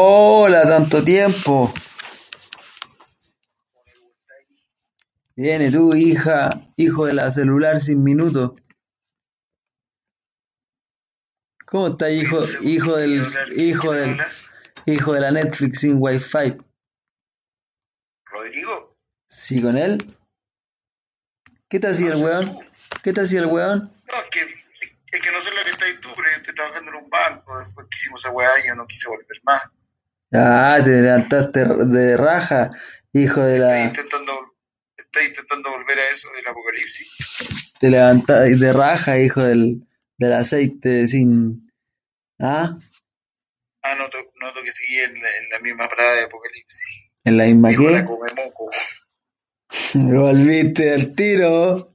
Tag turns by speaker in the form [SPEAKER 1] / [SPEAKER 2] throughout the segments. [SPEAKER 1] Hola, tanto tiempo. Viene tú, hija, hijo de la celular sin minutos. ¿Cómo está hijo, hijo del hijo del hijo de la Netflix sin wifi?
[SPEAKER 2] Rodrigo,
[SPEAKER 1] ¿Sí con él? ¿Qué te hacía el weón? ¿Qué te hacía el weón?
[SPEAKER 2] no, es que, es que no sé lo que estáis tú, pero yo estoy trabajando en un banco. Después que hicimos esa weá, yo no quise volver más.
[SPEAKER 1] Ah, te levantaste de raja, hijo de
[SPEAKER 2] Estoy
[SPEAKER 1] la
[SPEAKER 2] intentando, estoy intentando volver a eso del apocalipsis.
[SPEAKER 1] te levantaste de raja, hijo del del aceite sin ah,
[SPEAKER 2] Ah, noto, noto que seguí en la, en la misma parada de apocalipsis.
[SPEAKER 1] en la misma
[SPEAKER 2] Digo, la
[SPEAKER 1] que
[SPEAKER 2] come moco.
[SPEAKER 1] volviste al tiro.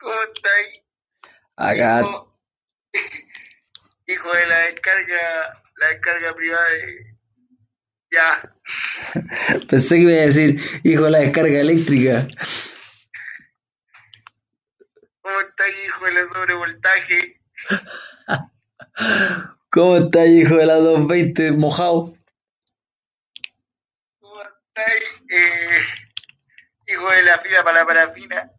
[SPEAKER 2] ¿Cómo estáis?
[SPEAKER 1] Acá
[SPEAKER 2] Hijo, hijo de la descarga, la descarga privada de. Ya.
[SPEAKER 1] Pensé que iba a decir, hijo de la descarga eléctrica.
[SPEAKER 2] ¿Cómo estáis, hijo de la sobrevoltaje?
[SPEAKER 1] ¿Cómo está hijo de la 220 mojado?
[SPEAKER 2] ¿Cómo estáis, eh, hijo de la fila para la parafina?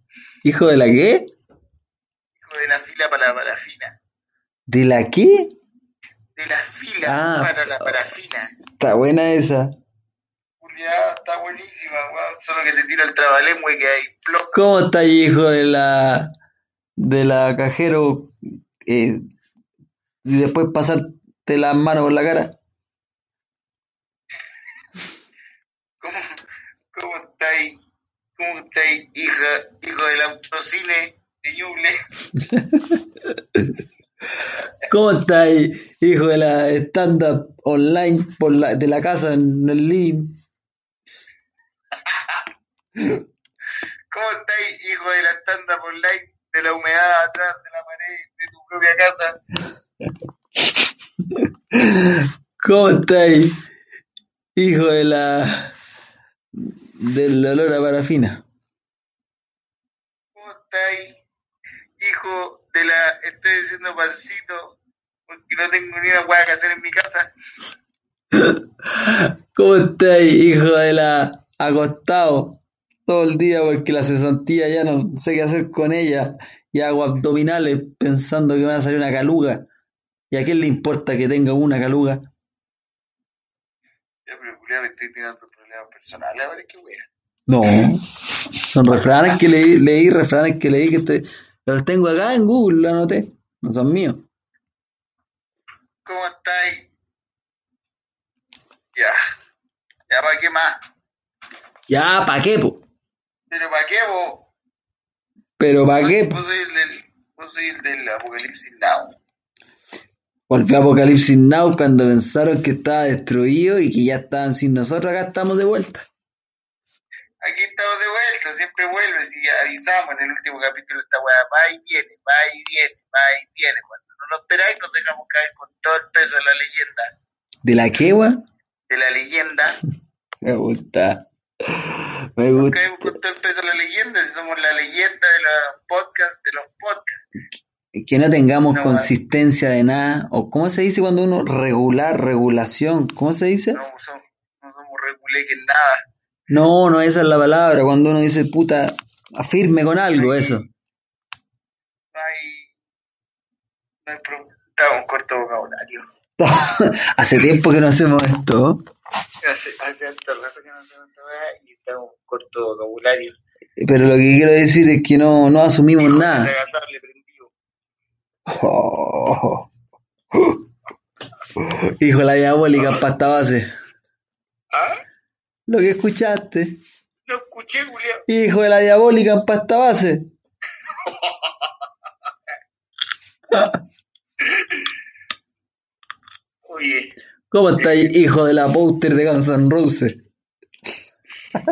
[SPEAKER 1] ¿Hijo de la qué?
[SPEAKER 2] Hijo de la fila para la parafina.
[SPEAKER 1] ¿De la qué?
[SPEAKER 2] De la fila
[SPEAKER 1] Ah.
[SPEAKER 2] para la parafina.
[SPEAKER 1] Está buena esa.
[SPEAKER 2] Julia, está buenísima, weón. Solo que te tiro el trabalengua y que hay plop.
[SPEAKER 1] ¿Cómo está hijo de la de la cajero eh, y después pasarte las manos por la cara?
[SPEAKER 2] ¿Cómo, cómo estáis? ¿Cómo estáis, hija, hijo del autocine de Ñuble?
[SPEAKER 1] ¿Cómo está hijo de la stand-up online por la, de la casa en el living?
[SPEAKER 2] ¿Cómo estáis, hijo de la stand-up online de la humedad atrás de la pared de tu propia casa?
[SPEAKER 1] ¿Cómo está hijo de la del olor a parafina?
[SPEAKER 2] ¿Cómo estáis, hijo de la... Estoy diciendo pancito porque no tengo ni una hueá que hacer en mi casa.
[SPEAKER 1] ¿Cómo estáis, hijo de la acostado todo el día porque la cesantía ya no sé qué hacer con ella y hago abdominales pensando que me va a salir una caluga? ¿Y a quién le importa que tenga una caluga?
[SPEAKER 2] Ya, pero Julia, me estoy tirando problemas personales. Ahora qué wea.
[SPEAKER 1] No. Son refranes que leí, leí refranes que leí que te- los tengo acá en Google, lo anoté. No son míos.
[SPEAKER 2] ¿Cómo estáis? Ya. Ya, ¿para qué más?
[SPEAKER 1] Ya, ¿pa' qué, po?
[SPEAKER 2] ¿Pero para qué vos?
[SPEAKER 1] Pero ¿pa'
[SPEAKER 2] Vos-
[SPEAKER 1] qué? po?
[SPEAKER 2] Vos soy el del, vos soy el del apocalipsis now.
[SPEAKER 1] Volvió Apocalipsis Now cuando pensaron que estaba destruido y que ya estaban sin nosotros. Acá estamos de vuelta.
[SPEAKER 2] Aquí estamos de vuelta, siempre vuelves y avisamos en el último capítulo esta weá, va y viene, va y viene, va y viene. Cuando no lo esperáis nos dejamos caer con todo el peso de la leyenda.
[SPEAKER 1] ¿De la qué, weón?
[SPEAKER 2] De la leyenda.
[SPEAKER 1] Me gusta. Me
[SPEAKER 2] Nos
[SPEAKER 1] gusta.
[SPEAKER 2] caemos con todo el peso de la leyenda, si somos la leyenda de los podcasts, de los podcasts.
[SPEAKER 1] Que no tengamos
[SPEAKER 2] No,
[SPEAKER 1] consistencia de nada. O cómo se dice cuando uno regular, regulación. ¿Cómo se dice?
[SPEAKER 2] No somos, no somos reguleques en nada.
[SPEAKER 1] No, no, esa es la palabra. Cuando uno dice puta, afirme con algo, eso.
[SPEAKER 2] no hay, no hay pro- estaba un corto vocabulario.
[SPEAKER 1] Hace tiempo que no hacemos esto.
[SPEAKER 2] Hace, hace harta rato que no hacemos esta weá y estaba un corto vocabulario.
[SPEAKER 1] Pero lo que quiero decir es que no, no asumimos
[SPEAKER 2] Hijo de
[SPEAKER 1] nada.
[SPEAKER 2] Fracasarle prendido.
[SPEAKER 1] Oh. Hijo de la diabólica pasta base.
[SPEAKER 2] ¿Ah?
[SPEAKER 1] Lo que escuchaste.
[SPEAKER 2] Lo escuché, Julián.
[SPEAKER 1] Hijo de la diabólica en pasta base.
[SPEAKER 2] Oye,
[SPEAKER 1] ¿Cómo está hijo de la póster de Guns N' Roses?
[SPEAKER 2] hijo,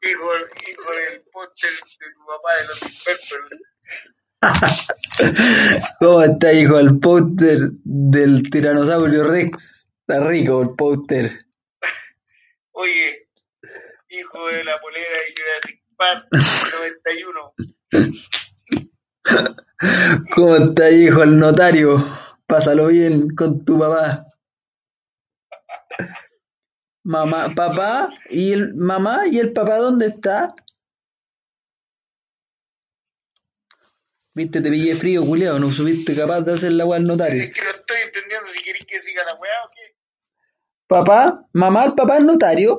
[SPEAKER 2] hijo, hijo del póster de tu papá de los Dispersos.
[SPEAKER 1] ¿Cómo está hijo el póster del tiranosaurio Rex? Está rico el póster.
[SPEAKER 2] Oye, hijo de la polera de Jurassic Park 91.
[SPEAKER 1] ¿Cómo está hijo el notario? Pásalo bien con tu papá. Mamá, papá y el mamá y el papá dónde está? Viste, te pillé frío, culiao, no subiste capaz de hacer la weá al notario.
[SPEAKER 2] Es que no estoy entendiendo si queréis que siga la weá o qué.
[SPEAKER 1] Papá, mamá, el papá al notario.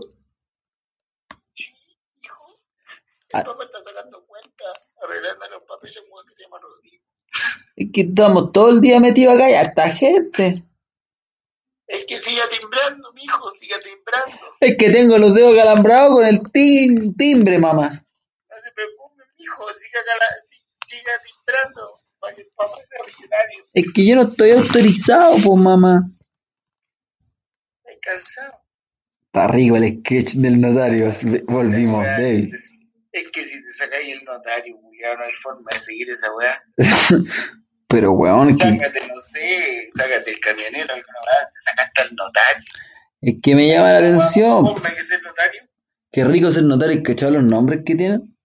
[SPEAKER 2] Hijo, el
[SPEAKER 1] Ah.
[SPEAKER 2] papá está sacando cuenta, arreglando los papeles, un weón que se llama Rodrigo.
[SPEAKER 1] Es que estamos todo el día metidos acá y harta gente.
[SPEAKER 2] Es que siga timbrando, mijo, siga timbrando.
[SPEAKER 1] Es que tengo los dedos calambrados con el tim- timbre,
[SPEAKER 2] No
[SPEAKER 1] mamá.
[SPEAKER 2] se preocupe, mijo, siga, cala- si- siga timbrando para que el papá sea originario.
[SPEAKER 1] Es que yo no estoy autorizado, pues mamá.
[SPEAKER 2] Estoy cansado.
[SPEAKER 1] Está rico el sketch del notario. Volvimos,
[SPEAKER 2] Weá,
[SPEAKER 1] David.
[SPEAKER 2] es- Es que si te sacáis el notario, culiao, no hay forma de seguir esa weá.
[SPEAKER 1] Pero weón, que-
[SPEAKER 2] Sácate, no sé, sácate el camionero, alguna weá, te sacaste al notario.
[SPEAKER 1] es que me llama la atención.
[SPEAKER 2] ¿Cómo hay que ser notario?
[SPEAKER 1] Qué rico ser notario, es que chaval, los nombres que tienen.
[SPEAKER 2] Don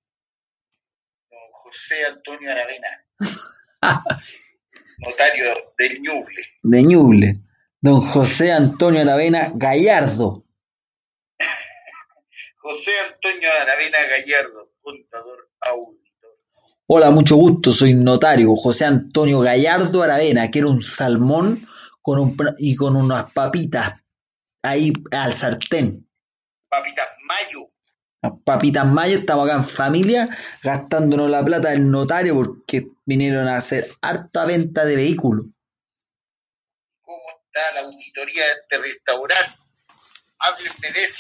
[SPEAKER 2] José Antonio Aravena. notario del Ñuble.
[SPEAKER 1] De Ñuble. Don José Antonio Aravena Gallardo.
[SPEAKER 2] José Antonio Aravena Gallardo, contador auditor.
[SPEAKER 1] Hola, mucho gusto, soy notario José Antonio Gallardo Aravena. Quiero un salmón con un, pra- y con unas papitas ahí al sartén.
[SPEAKER 2] Papitas Mayo.
[SPEAKER 1] Las papitas mayo, estamos acá en familia gastándonos la plata del notario porque vinieron a hacer harta venta de vehículos.
[SPEAKER 2] ¿Cómo está la auditoría de este restaurante? Háblenme de eso.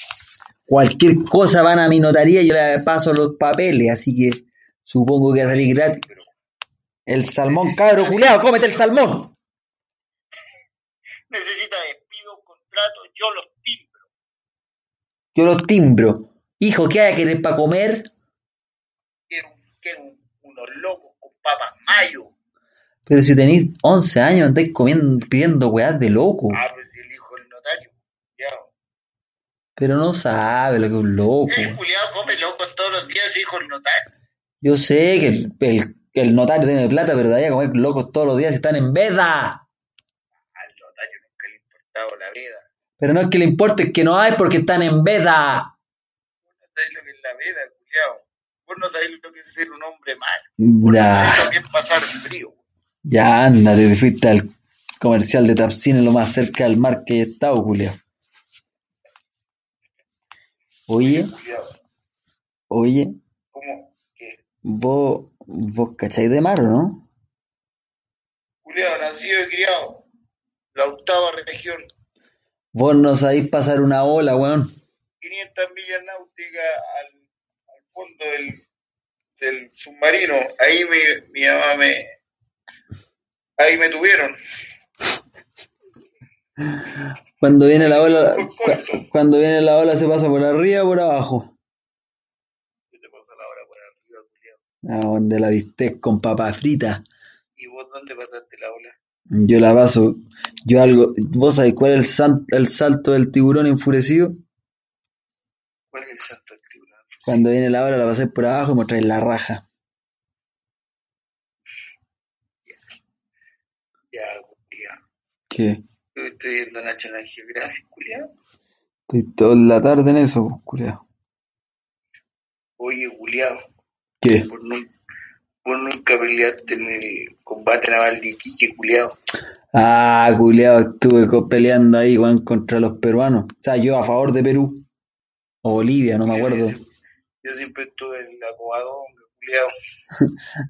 [SPEAKER 1] Cualquier cosa van a mi notaría y yo le paso los papeles, así que supongo que va a salir gratis.
[SPEAKER 2] Pero
[SPEAKER 1] El salmón, cabro culeado, cómete el salmón.
[SPEAKER 2] necesita despido, contrato, yo los timbro.
[SPEAKER 1] Yo los timbro. Hijo, ¿qué hay que querer para comer?
[SPEAKER 2] Quiero, quiero un- unos locos con papas Mayo.
[SPEAKER 1] Pero si tenéis 11 años, andáis comiendo, pidiendo weás de loco.
[SPEAKER 2] Ah, pues el hijo del notario. Ya.
[SPEAKER 1] Pero no sabe lo que es un loco.
[SPEAKER 2] El culiado come locos todos los días, hijo del notario.
[SPEAKER 1] Yo sé que el, el- que el notario tiene plata, pero de ahí a comer locos todos los días y están en veda.
[SPEAKER 2] Al notario nunca le ha importado la veda.
[SPEAKER 1] Pero no es que le importe, es que no hay porque están en veda.
[SPEAKER 2] No sabes lo que es la veda, culiado. Vos no sabés lo que es ser un hombre malo.
[SPEAKER 1] Ya,
[SPEAKER 2] Lo que es pasar frío.
[SPEAKER 1] ya ándate, te fuiste al comercial de Tapsine lo más cerca del mar que he estado, Julio. Oye,
[SPEAKER 2] Culiado.
[SPEAKER 1] oye,
[SPEAKER 2] ¿Cómo? ¿Qué?
[SPEAKER 1] vos, vos cacháis de mar, ¿o no?
[SPEAKER 2] Culiado, nacido y criado. La octava región.
[SPEAKER 1] Vos no sabéis pasar una ola, weón.
[SPEAKER 2] 500 millas náuticas al, al fondo del, del submarino. Ahí mi, mi mamá me. Ahí me tuvieron.
[SPEAKER 1] Cuando viene la ola, cu- cuando viene la ola se pasa por arriba o por abajo.
[SPEAKER 2] Yo te paso la hora por arriba, culiao.
[SPEAKER 1] A Ah, donde la viste con papas fritas.
[SPEAKER 2] ¿Y vos dónde pasaste la ola?
[SPEAKER 1] Yo la paso. Yo algo. ¿Vos sabés cuál es el, san- el salto del tiburón enfurecido?
[SPEAKER 2] ¿Cuál es el santo del tribunal?
[SPEAKER 1] Cuando viene la hora la pasé por abajo y me traes la raja.
[SPEAKER 2] Ya, culiao.
[SPEAKER 1] ¿Qué?
[SPEAKER 2] Yo estoy viendo National Geographic, culiao.
[SPEAKER 1] Estoy toda la tarde en eso, pues, culiao.
[SPEAKER 2] Oye, culiao,
[SPEAKER 1] ¿Qué?
[SPEAKER 2] vos, nun- vos nunca peleaste en el combate naval de Iquique, culiao.
[SPEAKER 1] Ah, culiao, estuve co- peleando ahí, weón, contra los peruanos. O sea, yo a favor de Perú. O Bolivia, no me acuerdo.
[SPEAKER 2] Yo siempre estuve en la Covadonga, culiao.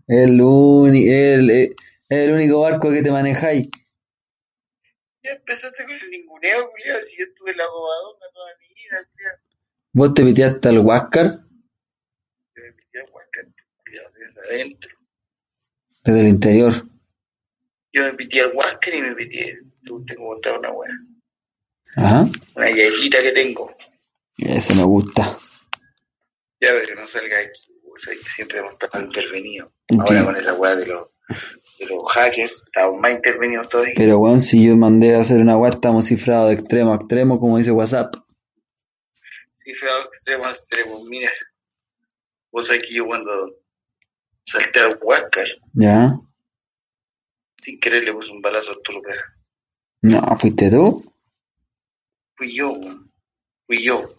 [SPEAKER 1] El, uni- el, el, el único barco que te manejáis.
[SPEAKER 2] Ya empezaste con el ninguneo, culiao. Si yo estuve en la Covadonga toda mi vida, culiao.
[SPEAKER 1] ¿Vos te piteaste al Huáscar
[SPEAKER 2] Yo me metí a Huasca, culiao, desde adentro.
[SPEAKER 1] desde el interior?
[SPEAKER 2] Yo me metí al Huáscar y me metí. Tú tengo que contar una weá.
[SPEAKER 1] Ajá.
[SPEAKER 2] Una yayita que tengo.
[SPEAKER 1] Eso me gusta.
[SPEAKER 2] Ya, pero que no salga aquí. O sea, que siempre hemos estado intervenidos.
[SPEAKER 1] Ok.
[SPEAKER 2] Ahora con esa weá de los, de los hackers, estamos más intervenidos todavía.
[SPEAKER 1] Pero weón, si yo mandé a hacer una weá, estamos cifrados de extremo a extremo, como dice WhatsApp.
[SPEAKER 2] Cifrado extremo a extremo. Mira, vos sabés que yo cuando salté al Huáscar,
[SPEAKER 1] Ya.
[SPEAKER 2] Sin querer le puso un balazo a Arturo Pega.
[SPEAKER 1] No, fuiste tú.
[SPEAKER 2] Fui yo, weón. fui yo.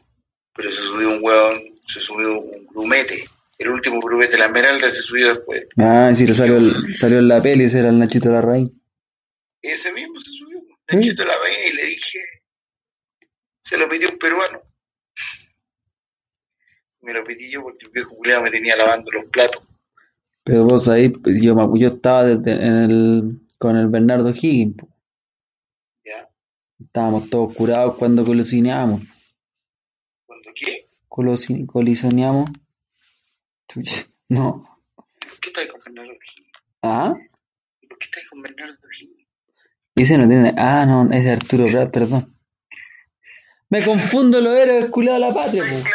[SPEAKER 2] Pero se subió un hueón, se subió un grumete. El último grumete, la esmeralda, se subió después.
[SPEAKER 1] Ah, sí, lo salió, el- salió en la peli, ese era el Nachito Larraín.
[SPEAKER 2] Ese mismo se subió,
[SPEAKER 1] ¿Sí?
[SPEAKER 2] Nachito la veía y le dije, se lo pidió un peruano. Me lo pedí yo porque el viejo culiao me tenía lavando los platos.
[SPEAKER 1] Pero vos ahí, pues, yo, me acu- yo estaba desde- en el, con el Bernardo Higgins. po.
[SPEAKER 2] ¿Ya?
[SPEAKER 1] Estábamos todos curados cuando colisioneamos.
[SPEAKER 2] ¿Cuándo qué?
[SPEAKER 1] Colosi- Colisioneamos. Chucha, No.
[SPEAKER 2] ¿Por qué estáis con Bernardo Gil?
[SPEAKER 1] ¿Ah?
[SPEAKER 2] ¿Por qué estáis con Bernardo Gil?
[SPEAKER 1] Ese no tiene. Ah, no, es de Arturo Prat, perdón. Me confundo los héroes culiados de la patria, po.
[SPEAKER 2] clarito,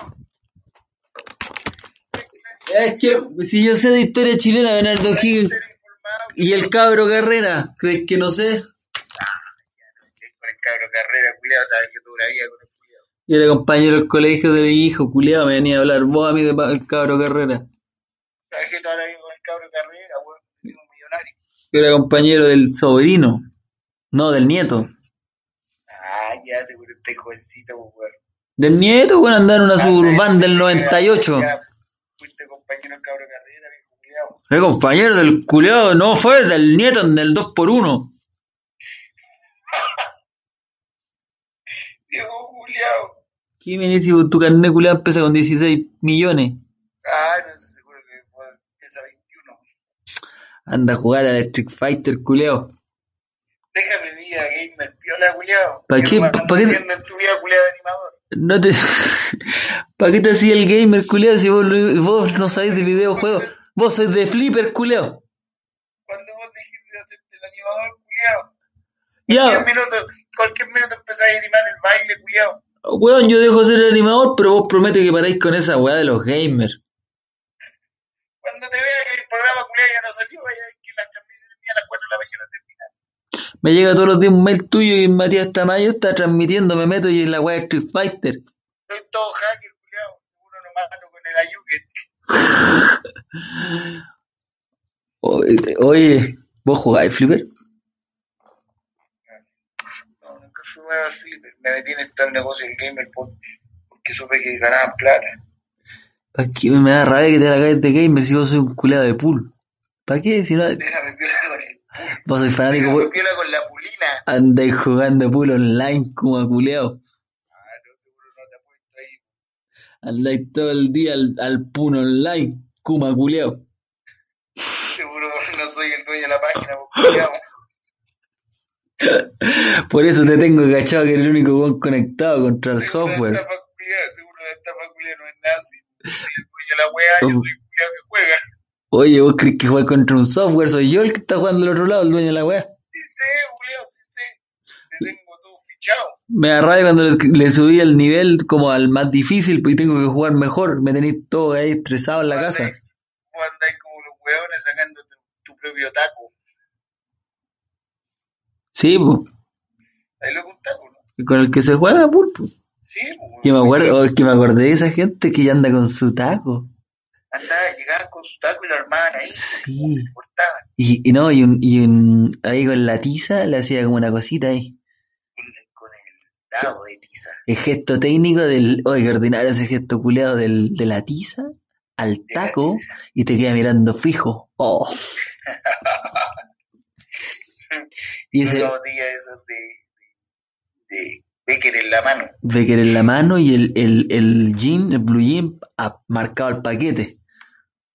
[SPEAKER 2] culiao.
[SPEAKER 1] Es que si yo sé de historia chilena, Bernardo Higgins
[SPEAKER 2] Ser informado.
[SPEAKER 1] y el cabro Carrera, ¿crees que no sé?
[SPEAKER 2] Con el cabro Carrera, culiao, sabes que tuve una vida con el culiao.
[SPEAKER 1] Yo era compañero del colegio de mi hijo, culiado, me venía a hablar vos a mí del cabro Carrera.
[SPEAKER 2] Trabajé toda la vida con el cabro Carrera, weón. Era un millonario.
[SPEAKER 1] Yo era compañero del sobrino, no, del nieto.
[SPEAKER 2] Ah, ya, seguro este jovencito, weón.
[SPEAKER 1] Del nieto, bueno, andaba en
[SPEAKER 2] Ah,
[SPEAKER 1] una suburban del 98.
[SPEAKER 2] Ya, Fuiste compañero del cabro Carrera, viejo culiao.
[SPEAKER 1] El compañero del culiado no fue del nieto en el 2x1.
[SPEAKER 2] Viejo culiao.
[SPEAKER 1] ¿Qué me dice tu carnet culiado empieza con 16 millones?
[SPEAKER 2] Ah, no sé, seguro que weón, empieza 21.
[SPEAKER 1] Anda a jugar al Street Fighter, culiao.
[SPEAKER 2] Déjame vida, gamer, piola, culiao.
[SPEAKER 1] ¿Para
[SPEAKER 2] Mi
[SPEAKER 1] qué?
[SPEAKER 2] hermano,
[SPEAKER 1] ¿Para qué?
[SPEAKER 2] viendo en tu vida, culiao, de animador.
[SPEAKER 1] No te... ¿Para qué te hacía el gamer, culiao, si vos, lo- vos no sabés de videojuegos? Vos sois de flipper, culiao.
[SPEAKER 2] Cuando vos dijiste de hacerte el animador, culiao.
[SPEAKER 1] Ya,
[SPEAKER 2] Cualquier minuto, cualquier minuto empezás a animar el baile, culiao.
[SPEAKER 1] weón, yo dejo ser el animador, pero vos promete que paráis con esa weá de los gamers.
[SPEAKER 2] Cuando te vea que el programa culiao ya no salió, vaya a ver que la transmisión mía a las 4 de la mañana termina.
[SPEAKER 1] Me llega todos los días un mail tuyo y Matías Tamayo está transmitiendo, me meto y en la weá de Street Fighter.
[SPEAKER 2] Soy todo hacker, culiao. Uno lo mato con el ayuque.
[SPEAKER 1] O- Oye, ¿vos jugáis flipper?
[SPEAKER 2] No, nunca fui bueno al flipper. Me metí en este negocio del gamer por- porque supe que ganaban plata.
[SPEAKER 1] ¿Para qué me da rabia que te la caes de gamer si vos sois un culiado de pool? ¿Para qué? Si no,
[SPEAKER 2] Déjame piola con el...
[SPEAKER 1] vos sois fanático,
[SPEAKER 2] Déjame
[SPEAKER 1] vos
[SPEAKER 2] piola con la pulina.
[SPEAKER 1] andáis jugando pool online como a culiao.
[SPEAKER 2] Ah, no, seguro no te apuesto ahí.
[SPEAKER 1] Andáis todo el día al, al pool online como a culiao.
[SPEAKER 2] Seguro no soy el dueño de la página, vos, culiao.
[SPEAKER 1] Por eso te tengo cachado que eres el único weón conectado contra el
[SPEAKER 2] Seguro
[SPEAKER 1] software.
[SPEAKER 2] esta facultad, seguro esta facultad no es nazi. Soy el dueño de la weá, yo soy el culiao que juega.
[SPEAKER 1] Oye, vos crees que jugar contra un software, soy yo el que está jugando al otro lado, el dueño de la weá.
[SPEAKER 2] Sí sé, culiao, sí sé. Te tengo todo fichado.
[SPEAKER 1] Me da rabia cuando le, le subí el nivel como al más difícil pues, y tengo que jugar mejor. Me tenéis todo ahí estresado en la
[SPEAKER 2] Vos
[SPEAKER 1] casa.
[SPEAKER 2] andás- Vos andás como los weones sacando tu, tu propio taco.
[SPEAKER 1] Sí, pues.
[SPEAKER 2] Ahí lo un taco, ¿no?
[SPEAKER 1] con el que se juega pool. pues.
[SPEAKER 2] Sí, pues,
[SPEAKER 1] Yo me
[SPEAKER 2] weón.
[SPEAKER 1] acuerdo, oh, que me acordé de esa gente que ya anda con su taco.
[SPEAKER 2] Andaba, llegaban con su taco y lo armaban ahí.
[SPEAKER 1] Sí.
[SPEAKER 2] Se cortaban.
[SPEAKER 1] Y, y no, y un, y un- ahí con la tiza le hacía como una cosita ahí.
[SPEAKER 2] Con el dado de tiza.
[SPEAKER 1] El gesto técnico del, oye, que ordinario ese gesto culeado del, de la tiza al
[SPEAKER 2] De la
[SPEAKER 1] taco
[SPEAKER 2] tiza.
[SPEAKER 1] y te queda mirando fijo. Oh. Y ese,
[SPEAKER 2] Una botella de esas de, de Becker en la mano.
[SPEAKER 1] Becker en la mano y el, el, el jean, el blue jean, ha marcado al paquete.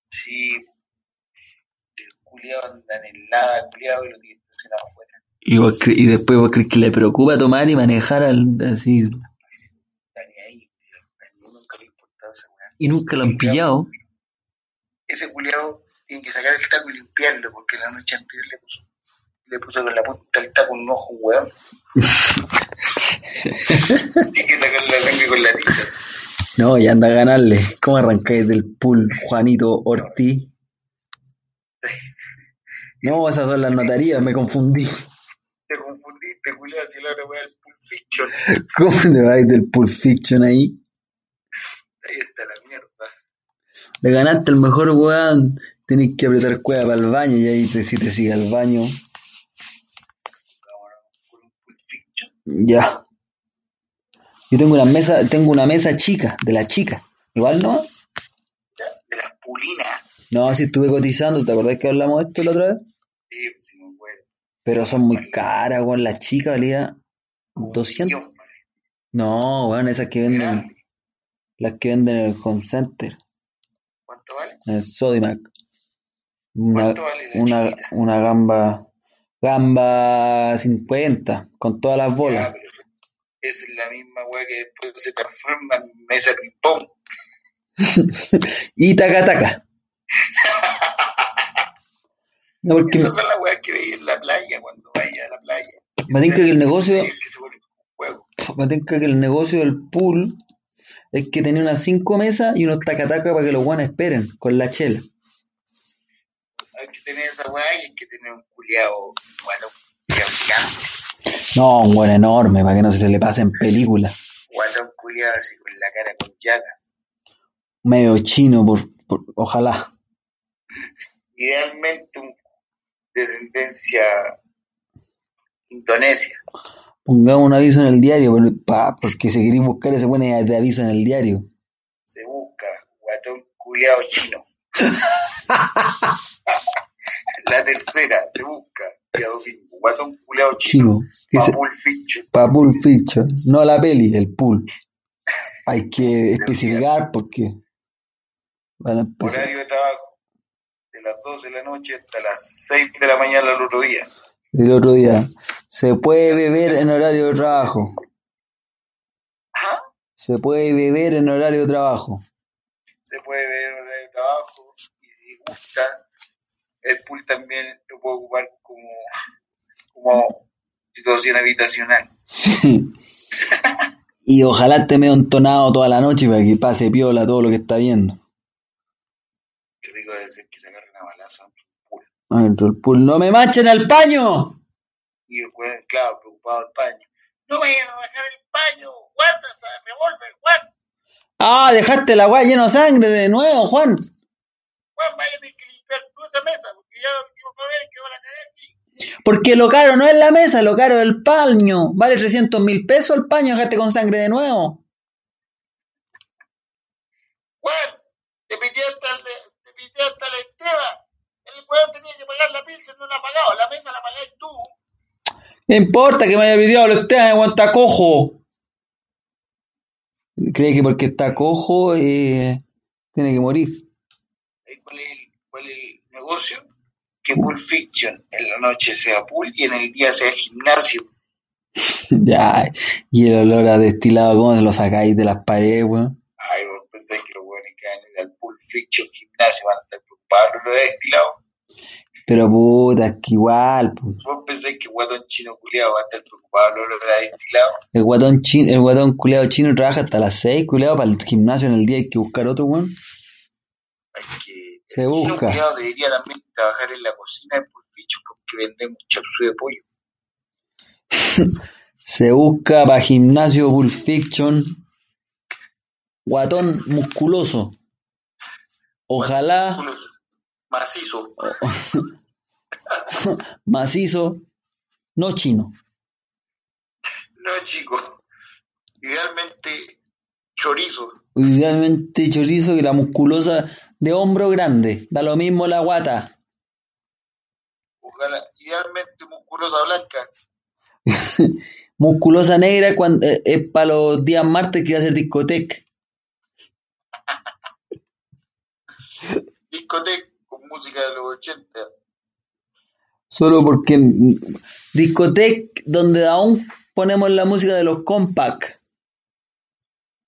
[SPEAKER 2] Sí, el culiado anda en helada, culiado, y lo tiene estacionado afuera.
[SPEAKER 1] Y, vos cre- y después vos crees que le preocupa tomar y manejar al, así.
[SPEAKER 2] Está ni ahí, culiao. A mí nunca le ha importado esa weá.
[SPEAKER 1] Y nunca lo han pillado.
[SPEAKER 2] Ese culiado tiene que sacar el taco y limpiarlo, porque la noche anterior le puso, le puso con la punta del taco un ojo, weón. tiene que sacar la sangre con la tiza.
[SPEAKER 1] No, y anda a ganarle. ¿Cómo arrancáis del pool, Juanito Ortiz? No, esas son las notarías, me confundí.
[SPEAKER 2] Te confundiste, culiado, si la otra weá el Pulp Fiction.
[SPEAKER 1] ¿Cómo te vais del Pulp Fiction ahí?
[SPEAKER 2] Ahí está la mierda.
[SPEAKER 1] Le ganaste el mejor weón Tenés que apretar cueva para el baño y ahí te, si te sigue al baño. Ya. Yo tengo una mesa, tengo una mesa chica, de la chica. Igual no.
[SPEAKER 2] De las pulinas.
[SPEAKER 1] No, si estuve cotizando, ¿te acordás que hablamos de esto la otra vez?
[SPEAKER 2] Sí, pues, sí, me acuerdo.
[SPEAKER 1] Pero son muy caras, weón. La chica valía 200.
[SPEAKER 2] Yo,
[SPEAKER 1] No, weón, esas que venden,
[SPEAKER 2] grande.
[SPEAKER 1] las que venden en el home center,
[SPEAKER 2] ¿Cuánto vale?
[SPEAKER 1] en el Sodimac. Una,
[SPEAKER 2] ¿Cuánto vale la
[SPEAKER 1] una,
[SPEAKER 2] chiquita?
[SPEAKER 1] una gamba, gamba 50, con todas las
[SPEAKER 2] Ya,
[SPEAKER 1] bolas.
[SPEAKER 2] pero esa es la misma weá que después se transforma en mesa de ping-pong.
[SPEAKER 1] Y taca, taca. No, porque
[SPEAKER 2] Esas son las weas que veía en la playa cuando vaya a la playa.
[SPEAKER 1] me tinca que el negocio,
[SPEAKER 2] Y que se ponen con juego.
[SPEAKER 1] Pues, me tinca que el negocio del pool es que tenía unas cinco mesas y unos taca, taca para que los guanes esperen con la chela.
[SPEAKER 2] Hay que tener esa weá y hay que tener un culiao, guato, culiao gigante.
[SPEAKER 1] No, un buen enorme, para que no se le pase en película.
[SPEAKER 2] Guatón culiado así con la cara con llagas.
[SPEAKER 1] Medio chino, por, por- ojalá.
[SPEAKER 2] Idealmente un descendencia indonesia.
[SPEAKER 1] Pongamos un aviso en el diario, pero, pa, porque si querís buscar ese buen eh, de aviso en el diario.
[SPEAKER 2] Se busca guatón culiado chino. la tercera se busca día domingo. Guatón culiado chino.
[SPEAKER 1] Chino, que se,
[SPEAKER 2] Papul Fincher.
[SPEAKER 1] pa pool fiction, no la peli, el pool. Hay que especificar porque pues, van a empezar.
[SPEAKER 2] Horario de trabajo. De las 12 de la noche hasta las 6 de la mañana al otro día.
[SPEAKER 1] El otro día, se puede beber en horario de trabajo.
[SPEAKER 2] Ajá.
[SPEAKER 1] Se puede beber en horario de trabajo.
[SPEAKER 2] se puede ver horario de trabajo y si gusta el pool también lo puede ocupar como, como situación habitacional
[SPEAKER 1] Sí. Y ojalá esté medio entonado toda la noche para que pase piola todo lo que está viendo.
[SPEAKER 2] qué rico de ser que se agarren a balazo dentro de un pool
[SPEAKER 1] Adentro del pool, ¡no me manchen al paño!
[SPEAKER 2] y después claro preocupado el paño no vayan a bajar el paño guarda esa revólver Juan
[SPEAKER 1] ¡Ah, dejaste la guay llena de sangre de nuevo, Juan!
[SPEAKER 2] Juan vaya a tener que limpiar toda esa mesa porque ya la última vez quedó la cagada aquí
[SPEAKER 1] Porque lo caro no es la mesa, lo caro es el paño. Vale 300 mil pesos el paño, dejaste con sangre de nuevo.
[SPEAKER 2] Juan te pitié hasta el te pitié hasta la Esteban el weón tenía que pagar la pizza y no la ha pagado la mesa la pagáis tú
[SPEAKER 1] No importa que me haya pedido lo esté aguanta cojo. Cree que porque está cojo eh, tiene que morir.
[SPEAKER 2] ¿Sabes cuál es el, cuál es el negocio? Que Pulp Fiction en la noche sea pool y en el día sea gimnasio.
[SPEAKER 1] ya, y el olor a destilado, ¿cómo se lo sacáis de las paredes, weón?
[SPEAKER 2] Ay, vos pensás que los buenos que van a ir al Pulp Fiction gimnasio van a estar preocupados lo destilado.
[SPEAKER 1] Pero puta, es que igual, po.
[SPEAKER 2] Vos pensás que guatón chino culiado va a estar preocupado lo destilado.
[SPEAKER 1] el guatón chino, el guatón culeado chino trabaja hasta las 6, culeado, para el gimnasio en el día hay que buscar otro, weón.
[SPEAKER 2] Hay que
[SPEAKER 1] Se
[SPEAKER 2] el chino
[SPEAKER 1] busca.
[SPEAKER 2] culiado debería también trabajar en la cocina de Pulp Fiction porque vende mucho de pollo.
[SPEAKER 1] Se busca para gimnasio Pulp Fiction. Guatón musculoso. Ojalá
[SPEAKER 2] Unos Macizo.
[SPEAKER 1] macizo, no chino.
[SPEAKER 2] No, chicos. Idealmente, chorizo.
[SPEAKER 1] Idealmente chorizo que la musculosa de hombro grande. Da lo mismo la guata.
[SPEAKER 2] Ojalá, idealmente musculosa blanca.
[SPEAKER 1] Musculosa negra cuan- eh, es para los días martes que va a hacer discoteca.
[SPEAKER 2] discoteca con música de los 80.
[SPEAKER 1] Solo porque en- discoteca donde aún ponemos la música de los compact.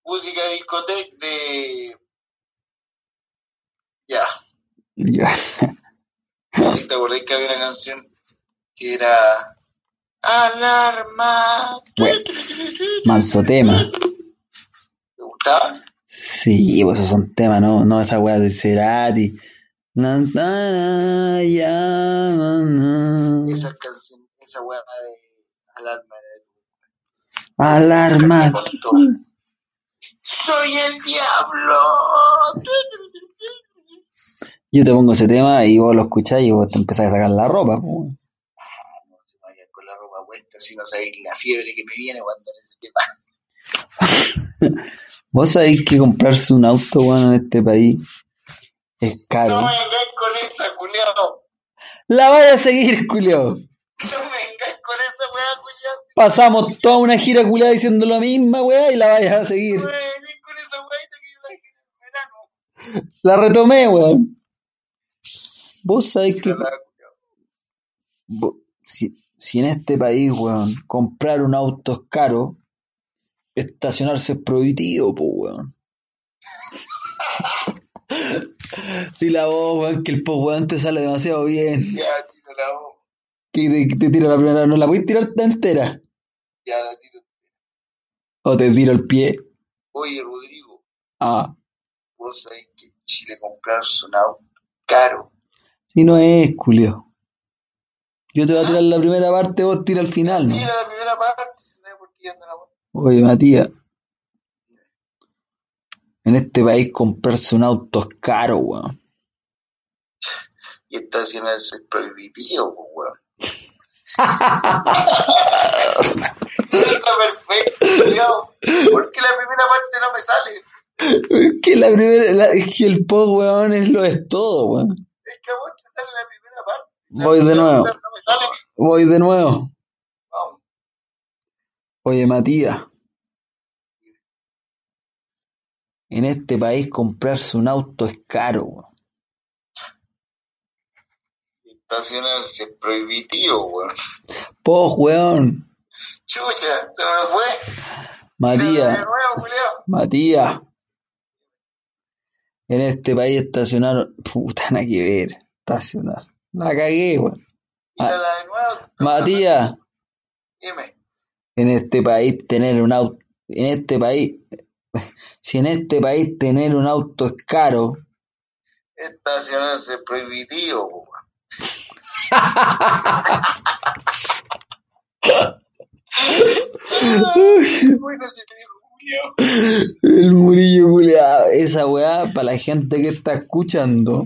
[SPEAKER 2] Música de discoteca de. Ya,
[SPEAKER 1] Ya.
[SPEAKER 2] ¿te acordás que había una canción que era. Alarma.
[SPEAKER 1] Bueno, manso tema.
[SPEAKER 2] ¿Te gustaba?
[SPEAKER 1] Sí, pues esos son temas, no, no esa weá de Cerati. Na, na, na, ya, na, na.
[SPEAKER 2] Esa canción, esa weá de Alarma era de-
[SPEAKER 1] Alarma.
[SPEAKER 2] Soy el diablo.
[SPEAKER 1] Yo te pongo ese tema y vos lo escuchás y vos te empezás a sacar la ropa. po.
[SPEAKER 2] Ah, no se vaya con la ropa puesta, si no sabéis la fiebre que me viene cuando en ese tema.
[SPEAKER 1] Vos sabéis que comprarse un auto, weón, en este país es
[SPEAKER 2] No eh.
[SPEAKER 1] caro.
[SPEAKER 2] me vengáis con esa, culiao.
[SPEAKER 1] La vaya a seguir, culiao.
[SPEAKER 2] No me vengáis con esa, weá, culiao.
[SPEAKER 1] Pasamos toda una gira culiao diciendo lo misma, weá, y la vaya a seguir.
[SPEAKER 2] No me vengáis con esa weadita que yo la dije en el verano.
[SPEAKER 1] La retomé, weón. Vos sabés que
[SPEAKER 2] Ojalá, culiao.
[SPEAKER 1] vo- si, si en este país, weón, comprar un auto es caro, estacionarse es prohibitivo, po, weón. Dile a vos, weón, que el po, weón, te sale demasiado bien.
[SPEAKER 2] Ya, tiro la voz.
[SPEAKER 1] Que te, te tira la primera, no la puedes tirar entera.
[SPEAKER 2] Ya la tiro.
[SPEAKER 1] O te tiro el pie.
[SPEAKER 2] Oye, Rodrigo,
[SPEAKER 1] Ah,
[SPEAKER 2] vos sabés que en Chile comprarse un auto caro.
[SPEAKER 1] si no es, culio. Yo te voy a tirar la primera parte, vos tira al final, ¿no?
[SPEAKER 2] Mira la primera parte, si no es por qué anda la voz.
[SPEAKER 1] Oye, Matías. En este país comprarse un auto es caro, weón.
[SPEAKER 2] Y estacionarse es prohibitivo, pues, weón. Está perfecto, culiao. ¿Por qué la primera parte no me sale?
[SPEAKER 1] Es que la primera, la- es que el post, weón, es lo es todo, weón.
[SPEAKER 2] Es que a vos te sale la primera parte. La
[SPEAKER 1] Voy de
[SPEAKER 2] primera
[SPEAKER 1] nuevo,
[SPEAKER 2] parte No me sale.
[SPEAKER 1] voy de nuevo.
[SPEAKER 2] Vamos.
[SPEAKER 1] Oye, Matías. En este país comprarse un auto es caro, weón.
[SPEAKER 2] Estacionarse es prohibitivo, weón.
[SPEAKER 1] Post, weón.
[SPEAKER 2] Chucha, se me fue. Tírala
[SPEAKER 1] Matías.
[SPEAKER 2] De nuevo, culiao.
[SPEAKER 1] Matías, en este país estacionaron. Puta, nada que ver. Estacionar. La cagué, weón.
[SPEAKER 2] Tírala de nuevo.
[SPEAKER 1] Matías,
[SPEAKER 2] Dime.
[SPEAKER 1] en este país tener un auto. En este país. Si en este país tener un auto es caro.
[SPEAKER 2] Estacionarse es prohibitivo, po, weón. bueno, se te dijo, culiao.
[SPEAKER 1] El murillo culiado. Esa weá, para la gente que está escuchando.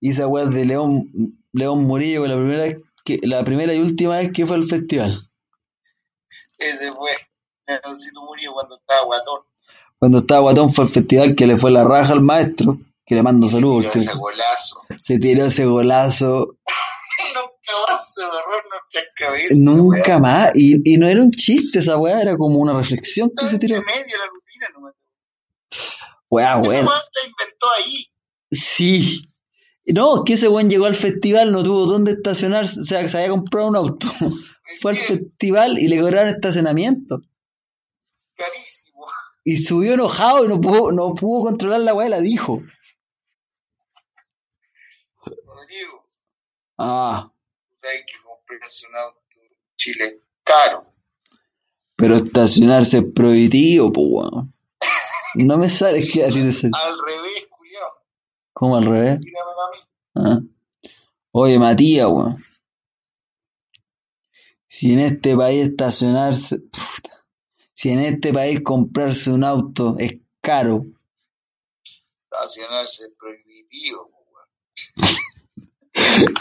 [SPEAKER 1] y Esa weá es de León, León Murillo, que la primera, vez que, la primera y última vez que fue al festival.
[SPEAKER 2] Ese fue. Leoncito murió cuando estaba guatón.
[SPEAKER 1] cuando estaba Guatón fue al festival que le fue la raja al maestro, que le mando saludos,
[SPEAKER 2] Tiró
[SPEAKER 1] porque
[SPEAKER 2] ese golazo.
[SPEAKER 1] se tiró ese golazo
[SPEAKER 2] Nunca más se borró en nuestras cabezas.
[SPEAKER 1] nunca más, y, y no era un chiste esa weá, era como una reflexión que
[SPEAKER 2] weón.
[SPEAKER 1] se tiró. Ah,
[SPEAKER 2] Estaba entre medio la rutina nomás.
[SPEAKER 1] Weá,
[SPEAKER 2] Esa
[SPEAKER 1] weón.
[SPEAKER 2] weá la inventó ahí.
[SPEAKER 1] Sí. No, es que ese weón llegó al festival, no tuvo dónde estacionar, o sea, se había comprado un auto. Fue al
[SPEAKER 2] Sí,
[SPEAKER 1] festival y le cobraron estacionamiento.
[SPEAKER 2] Carísimo.
[SPEAKER 1] Y subió enojado y no pudo, no pudo controlar la weá, la dijo.
[SPEAKER 2] Rodrigo,
[SPEAKER 1] Ah,
[SPEAKER 2] hay que comprarse un auto en Chile caro.
[SPEAKER 1] pero estacionarse es prohibitivo, pues weón. No me sale que así de ser.
[SPEAKER 2] Al revés, culiao.
[SPEAKER 1] ¿Cómo al revés?
[SPEAKER 2] Dígame a mí.
[SPEAKER 1] Ah. Oye, Matías, weón. Si en este país estacionarse. puta. Si en este país comprarse un auto es caro,
[SPEAKER 2] Estacionarse es prohibitivo, po, weón.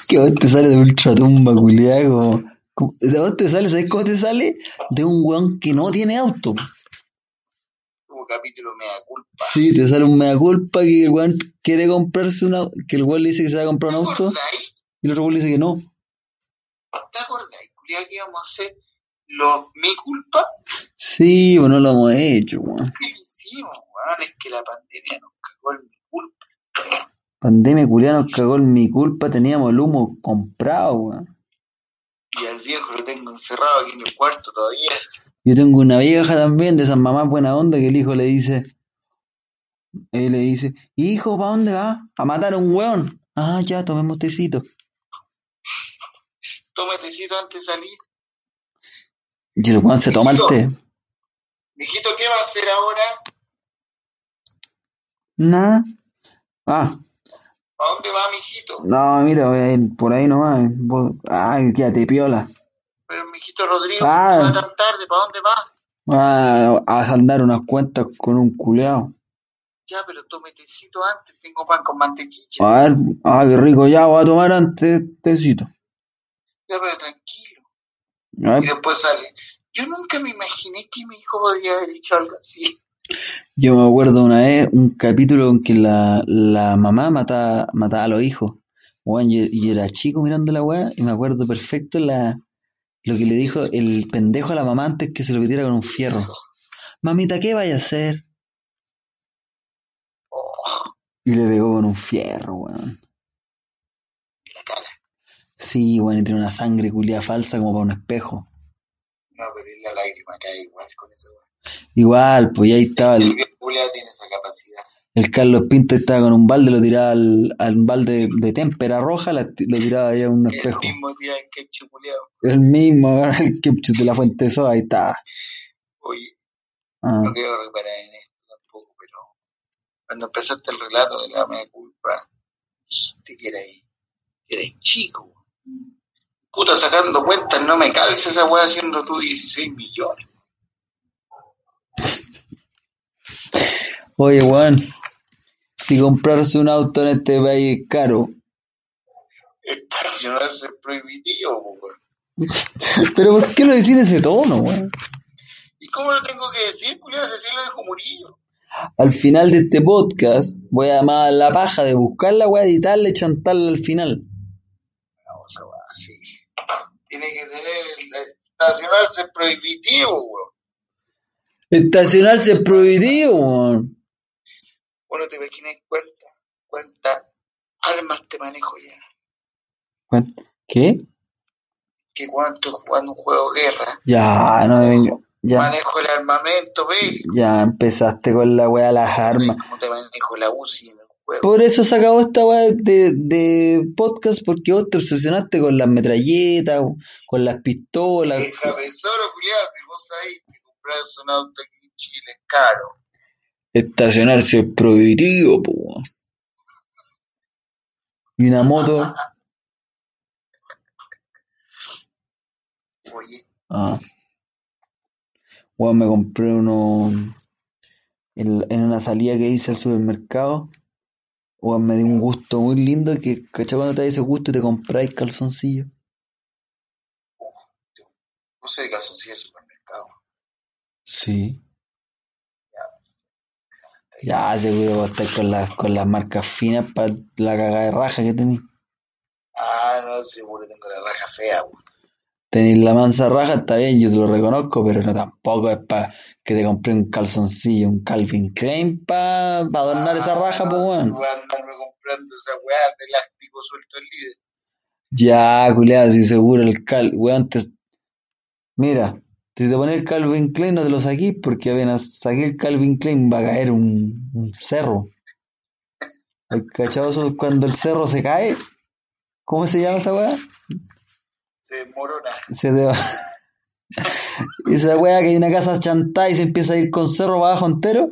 [SPEAKER 1] que a vos te sale de ultratumba, culiá, como. como- a vos te sale, ¿sabes cómo te sale? De un weón que no tiene auto.
[SPEAKER 2] Como capítulo me da culpa.
[SPEAKER 1] Sí, te sale un mea culpa que el weón quiere comprarse un auto. Que el weón le dice que se va a comprar un auto
[SPEAKER 2] ¿Te acordáis?
[SPEAKER 1] y el otro weón le dice que no.
[SPEAKER 2] ¿Te acordáis, culiao, que íbamos a hacer los mi culpa?
[SPEAKER 1] Sí, pues no lo hemos hecho, weón.
[SPEAKER 2] ¿Qué le hicimos, weón? Es que la pandemia nos cagó en mi culpa.
[SPEAKER 1] Pandemia culiá nos cagó en mi culpa, teníamos el humo comprado, weón.
[SPEAKER 2] Y al viejo lo tengo encerrado aquí en el cuarto todavía.
[SPEAKER 1] Yo tengo una vieja también de esas mamás buena onda que el hijo le dice, él le dice, hijo, ¿para dónde va? A matar a un weón. Ah, ya, tomemos tecito.
[SPEAKER 2] Tómatecito este antes de salir.
[SPEAKER 1] Y el weón se toma el té.
[SPEAKER 2] Mijito, ¿qué va a hacer ahora?
[SPEAKER 1] Nada. Ah,
[SPEAKER 2] ¿A dónde va, mijito?
[SPEAKER 1] no, mira, voy a ir por ahí nomás. eh, Vos- Ay, quédate piola.
[SPEAKER 2] Pero mijito Rodrigo,
[SPEAKER 1] Ah.
[SPEAKER 2] ¿por qué va tan tarde? ¿Para dónde va?
[SPEAKER 1] Ah, a saldar unas cuentas con un culeado.
[SPEAKER 2] Ya, pero tome tecito antes, tengo pan con mantequilla.
[SPEAKER 1] A ver, ah, qué rico, ya voy a tomar antes tecito.
[SPEAKER 2] Ya, pero tranquilo.
[SPEAKER 1] A
[SPEAKER 2] Y
[SPEAKER 1] ver,
[SPEAKER 2] después sale. Yo nunca me imaginé que mi hijo podía haber hecho algo así.
[SPEAKER 1] yo me acuerdo una vez un capítulo en que la, la mamá mataba, mataba a los hijos. Weón, y, y era chico mirando la weá y me acuerdo perfecto la, lo que le dijo el pendejo a la mamá antes que se lo metiera con un fierro. Mamita, ¿qué vaya a hacer?
[SPEAKER 2] Oh,
[SPEAKER 1] Y le pegó con un fierro, weón.
[SPEAKER 2] la cara.
[SPEAKER 1] Sí, weón, y tiene una sangre culia falsa como para un espejo.
[SPEAKER 2] No, pero es la lágrima cae igual con eso.
[SPEAKER 1] Igual, pues y ahí estaba
[SPEAKER 2] El
[SPEAKER 1] el,
[SPEAKER 2] viejo culiao tiene esa capacidad.
[SPEAKER 1] el Carlos Pinto estaba con un balde, lo tiraba al, al balde de témpera roja, la- lo tiraba ahí a un
[SPEAKER 2] El
[SPEAKER 1] espejo.
[SPEAKER 2] mismo día en que el chupuleado.
[SPEAKER 1] El mismo, weón, el ketchup de la fuente de soda, ahí estaba.
[SPEAKER 2] Oye,
[SPEAKER 1] Ah,
[SPEAKER 2] no quiero reparar en esto tampoco, pero cuando empezaste el relato de la mea culpa, dijiste que eres, que eres chico. Mm. Puta, sacando cuentas, no me calces esa weá haciendo tú 16 millones.
[SPEAKER 1] Oye, weón, si comprarse un auto en este país es caro.
[SPEAKER 2] Estacionarse es prohibitivo, po, weón.
[SPEAKER 1] Pero ¿por qué lo decís en ese tono, weón?
[SPEAKER 2] ¿Y cómo lo tengo que decir, culiao? Si así lo dijo Murillo.
[SPEAKER 1] Al final de este podcast voy a llamar a la paja de buscarla, weón, editarla y chantarla al final.
[SPEAKER 2] No, esa weá, sí. Tiene que tener. el- Estacionarse es prohibitivo, weón.
[SPEAKER 1] Estacionarse es prohibido, weón.
[SPEAKER 2] Bueno, te imaginas cuántas, cuántas armas te manejo ya.
[SPEAKER 1] Weón, ¿Qué?
[SPEAKER 2] Que cuando estoy jugando un juego de guerra,
[SPEAKER 1] Ya, no me venga. Ya,
[SPEAKER 2] manejo el armamento bélico.
[SPEAKER 1] ya empezaste con la weá las
[SPEAKER 2] ¿Sabes
[SPEAKER 1] armas.
[SPEAKER 2] cómo te manejo la UCI en el juego?
[SPEAKER 1] Por eso se acabó esta weá de, de podcast, porque vos te obsesionaste con las metralletas, con las pistolas.
[SPEAKER 2] Déjame solo, culiao, si vos sabés que comprar un auto aquí en Chile es caro.
[SPEAKER 1] Estacionarse es prohibitivo, po, weón. Y una moto.
[SPEAKER 2] Oye,
[SPEAKER 1] Ah, weón, me compré uno en, en una salida que hice al supermercado. Weón, me dio un gusto muy lindo que, ¿cachai? Cuando te da ese gusto y te compráis calzoncillos.
[SPEAKER 2] puse de calzoncillo de supermercado.
[SPEAKER 1] Sí. Ya, seguro vos estáis con las, con las marcas finas para la cagada de raja que tenéis.
[SPEAKER 2] Ah, no, seguro tengo la raja fea, weón.
[SPEAKER 1] Tenéis la mansa raja, está bien, yo te lo reconozco, pero no tampoco es para que te compré un calzoncillo, un Calvin Klein para adornar esa raja, pues
[SPEAKER 2] Ah,
[SPEAKER 1] weón.
[SPEAKER 2] voy a andarme comprando esa weá de elástico suelto el líder.
[SPEAKER 1] Ya, culiado, sí, seguro el Cal, weón, te- mira, si te pones el Calvin Klein no te lo saquís porque apenas saqué el Calvin Klein va a caer un, un cerro. El cachazo cuando el cerro se cae, ¿cómo se llama esa weá?
[SPEAKER 2] Se desmorona.
[SPEAKER 1] Se te va. Esa weá que hay una casa chantada y se empieza a ir con cerro para abajo entero.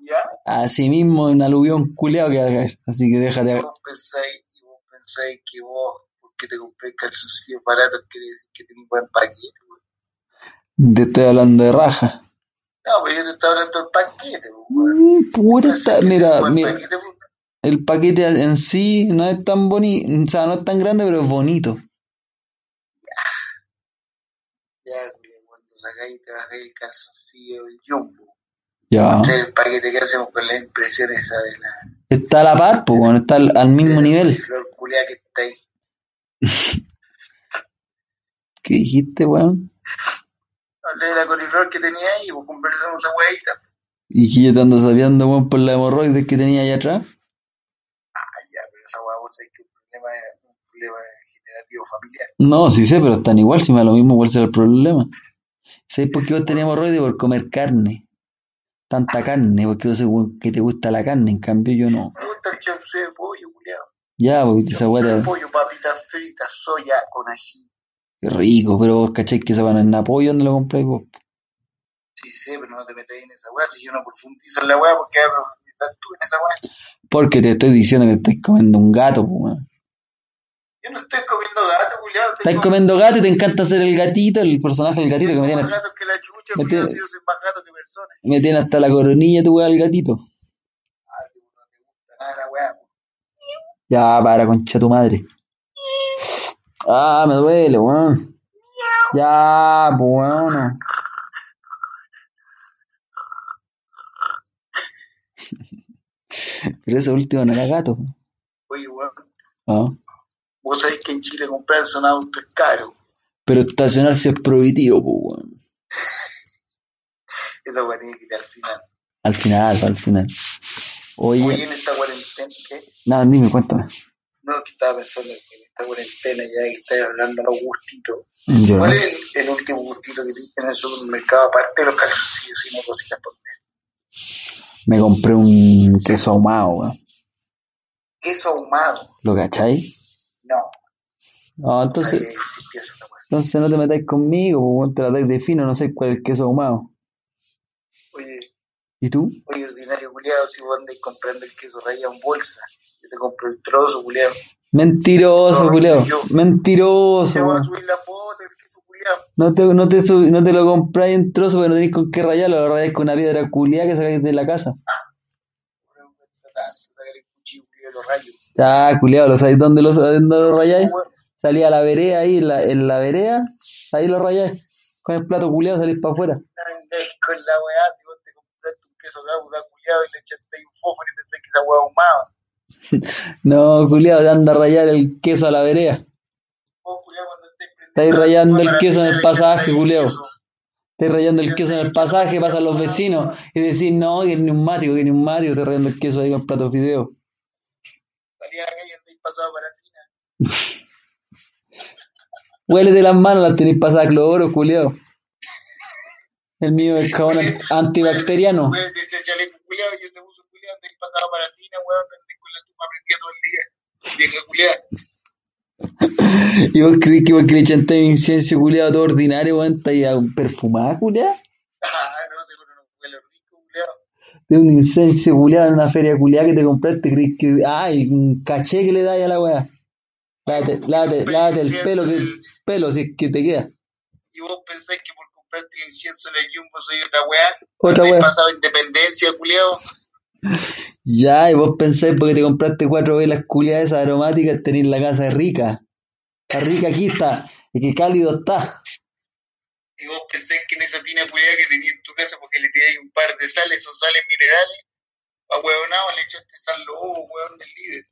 [SPEAKER 2] ¿Ya?
[SPEAKER 1] Así mismo, un aluvión culeado que va a caer. Así que déjate.
[SPEAKER 2] Y vos pensáis, y vos pensáis que vos, porque te compré calzoncillos baratos, quiere decir que tenés buen paquete, weón.
[SPEAKER 1] Te estoy hablando de raja.
[SPEAKER 2] No, pues yo te estaba hablando del paquete, pues, weón.
[SPEAKER 1] Mm, Puta,
[SPEAKER 2] Pensé
[SPEAKER 1] está.
[SPEAKER 2] que tenés
[SPEAKER 1] Mira,
[SPEAKER 2] buen
[SPEAKER 1] mira,
[SPEAKER 2] paquete, pues.
[SPEAKER 1] el paquete en sí no es tan bonito. O sea, no es tan grande, pero es bonito.
[SPEAKER 2] Ya, culiao, cuando sacáis y te bajás el calzoncillo del jumbo.
[SPEAKER 1] Ya.
[SPEAKER 2] Este es el paquete que hacemos con las impresiones esa de la,
[SPEAKER 1] Está a la par, pues, bueno, está al, al
[SPEAKER 2] de
[SPEAKER 1] mismo
[SPEAKER 2] la
[SPEAKER 1] nivel.
[SPEAKER 2] flor culia que está ahí.
[SPEAKER 1] ¿Qué dijiste, weón?
[SPEAKER 2] Hablé de la coliflor que tenía ahí, vos conversamos esa huevita.
[SPEAKER 1] Y que yo te ando sabiando, weón, por la hemorroides que tenía allá atrás.
[SPEAKER 2] Ah, ya, pero esa hueá vos sabés que es un problema, un problema generativo familiar.
[SPEAKER 1] No, sí sé, pero están igual. Si me da lo mismo, ¿cuál será el problema? ¿Sabes por qué vos tenías hemorroides? Por comer carne. Tanta carne, porque yo sé weón, que te gusta la carne, en cambio yo no.
[SPEAKER 2] Me gusta el chapsu de pollo, culiao.
[SPEAKER 1] Ya, porque esa weá
[SPEAKER 2] El
[SPEAKER 1] te-
[SPEAKER 2] pollo, papitas fritas, soya con ají.
[SPEAKER 1] qué rico, pero vos cacháis que esa banana pollo, ¿dónde la compráis vos?
[SPEAKER 2] Sí, sí, pero no te metáis en esa hueá. Si yo no profundizo en la hueá, ¿por qué vas a profundizar tú en esa hueá?
[SPEAKER 1] Porque te estoy diciendo que estás comiendo un gato, po, weón.
[SPEAKER 2] Yo no estoy comiendo gato, culiao. Estoy
[SPEAKER 1] Estás
[SPEAKER 2] comiendo
[SPEAKER 1] comiendo gato y te encanta ser el gatito, el personaje del gatito que me tiene,
[SPEAKER 2] más gatos que la chucha,
[SPEAKER 1] me
[SPEAKER 2] culiao.
[SPEAKER 1] tiene-
[SPEAKER 2] Si yo soy más gato que persona.
[SPEAKER 1] me tiene hasta la coronilla tu weá el gatito.
[SPEAKER 2] pues.
[SPEAKER 1] Ya, para, concha tu madre. Ah, me duele, weón. Ya, bueno. Pero ese último no era gato.
[SPEAKER 2] Oye, weón,
[SPEAKER 1] Ah.
[SPEAKER 2] vos sabés que en Chile comprarse un auto es caro.
[SPEAKER 1] Pero estacionarse es prohibitivo, pues, weón.
[SPEAKER 2] Esa weá tiene que ir al final.
[SPEAKER 1] Al final, al final.
[SPEAKER 2] Oye,
[SPEAKER 1] Oye,
[SPEAKER 2] en esta cuarentena, ¿qué?
[SPEAKER 1] nada, dime, cuéntame.
[SPEAKER 2] No, que estaba pensando que en esta cuarentena ya que estáis hablando de los gustitos.
[SPEAKER 1] Yo,
[SPEAKER 2] ¿Cuál es el, el último gustito que tuviste en el supermercado, aparte de los calzoncillos y no cositas por medio?
[SPEAKER 1] Me compré un queso ahumado, weón.
[SPEAKER 2] Queso ahumado.
[SPEAKER 1] ¿Lo cachai?
[SPEAKER 2] No,
[SPEAKER 1] No,
[SPEAKER 2] no sabía
[SPEAKER 1] entonces,
[SPEAKER 2] que existía esa weá.
[SPEAKER 1] entonces no te metáis conmigo, pues, weón, te la dais de fino, no sé cuál es el queso ahumado.
[SPEAKER 2] Oye,
[SPEAKER 1] ¿Y tú?
[SPEAKER 2] oye, ordinario culiado, si vos andáis comprando el queso rayado en bolsa, yo te compro el trozo culiado.
[SPEAKER 1] Mentiroso,
[SPEAKER 2] No,
[SPEAKER 1] Julio.
[SPEAKER 2] yo- Te voy
[SPEAKER 1] Mentiroso,
[SPEAKER 2] a
[SPEAKER 1] weón.
[SPEAKER 2] subir la foto del queso culiado.
[SPEAKER 1] No te, no te, sub- no te lo compráis en trozo, pero no tenéis con qué rayarlo, lo rayáis con una piedra culiada que sacáis de la casa.
[SPEAKER 2] Pero me cuesta tanto sacar el cuchillo culiado de los rayos.
[SPEAKER 1] Ya, culiado, ¿lo sabéis dónde lo, dónde lo rayáis?
[SPEAKER 2] Weón,
[SPEAKER 1] Salí a la vereda ahí, en la, en la vereda, ahí lo rayáis. Con el plato culiado salís para afuera.
[SPEAKER 2] No vengáis con la weá, si vos te compraste un queso gauda culiado y le echaste ahí un fósforo y pensé que esa weá ahumaba.
[SPEAKER 1] No, culiado, anda a rayar el queso a la vereda.
[SPEAKER 2] Vos, culiao, Oh, cuando estés prendiendo
[SPEAKER 1] Estáis
[SPEAKER 2] la
[SPEAKER 1] rayando el
[SPEAKER 2] cámara,
[SPEAKER 1] queso en el
[SPEAKER 2] le echáis
[SPEAKER 1] pasaje,
[SPEAKER 2] ahí
[SPEAKER 1] culiao.
[SPEAKER 2] queso.
[SPEAKER 1] Estáis rayando el queso en el pasaje, pasan los vecinos y decís, no, que neumático, que neumático, estáis rayando el queso ahí con el plato de fideo.
[SPEAKER 2] Salí a la calle andáis pasado para fina.
[SPEAKER 1] Huélete las manos, las tenéis pasadas a cloro, culiao. El mío es jabón an- antibacteriano.
[SPEAKER 2] Weón, decía chaleco culiao, yo se puso culiao, andáis pasado para fina, weón, andáis con la tupa prendida todo el día. Vieja culiao.
[SPEAKER 1] Y vos creís que porque le echaste incienso, culiao, todo ordinario, weón, está ahí ah, perfumada, culiao.
[SPEAKER 2] Ah, no, seguro no huele rico, culiao.
[SPEAKER 1] De un incienso, culiao, en una feria, culiao, que te compraste, creís que. ¡Ay! Un caché que le dais a la weá. Lávate, lávate, lávate el pelo, que, pelo, si es que te queda.
[SPEAKER 2] Y vos pensás que por comprarte el incienso en el Jumbo soy otra weá.
[SPEAKER 1] Otra
[SPEAKER 2] Andáis
[SPEAKER 1] weá.
[SPEAKER 2] pasado independencia, culiao.
[SPEAKER 1] Ya, y vos pensás porque te compraste cuatro velas culiadas esas aromáticas, tenés la casa rica. Está rica aquí, está. Y que cálido está.
[SPEAKER 2] Y vos pensás que en esa tina culiada que tenías en tu casa porque le tiráis un par de sales o sales minerales, a huevonado le echaste sal lobo, huevón del líder.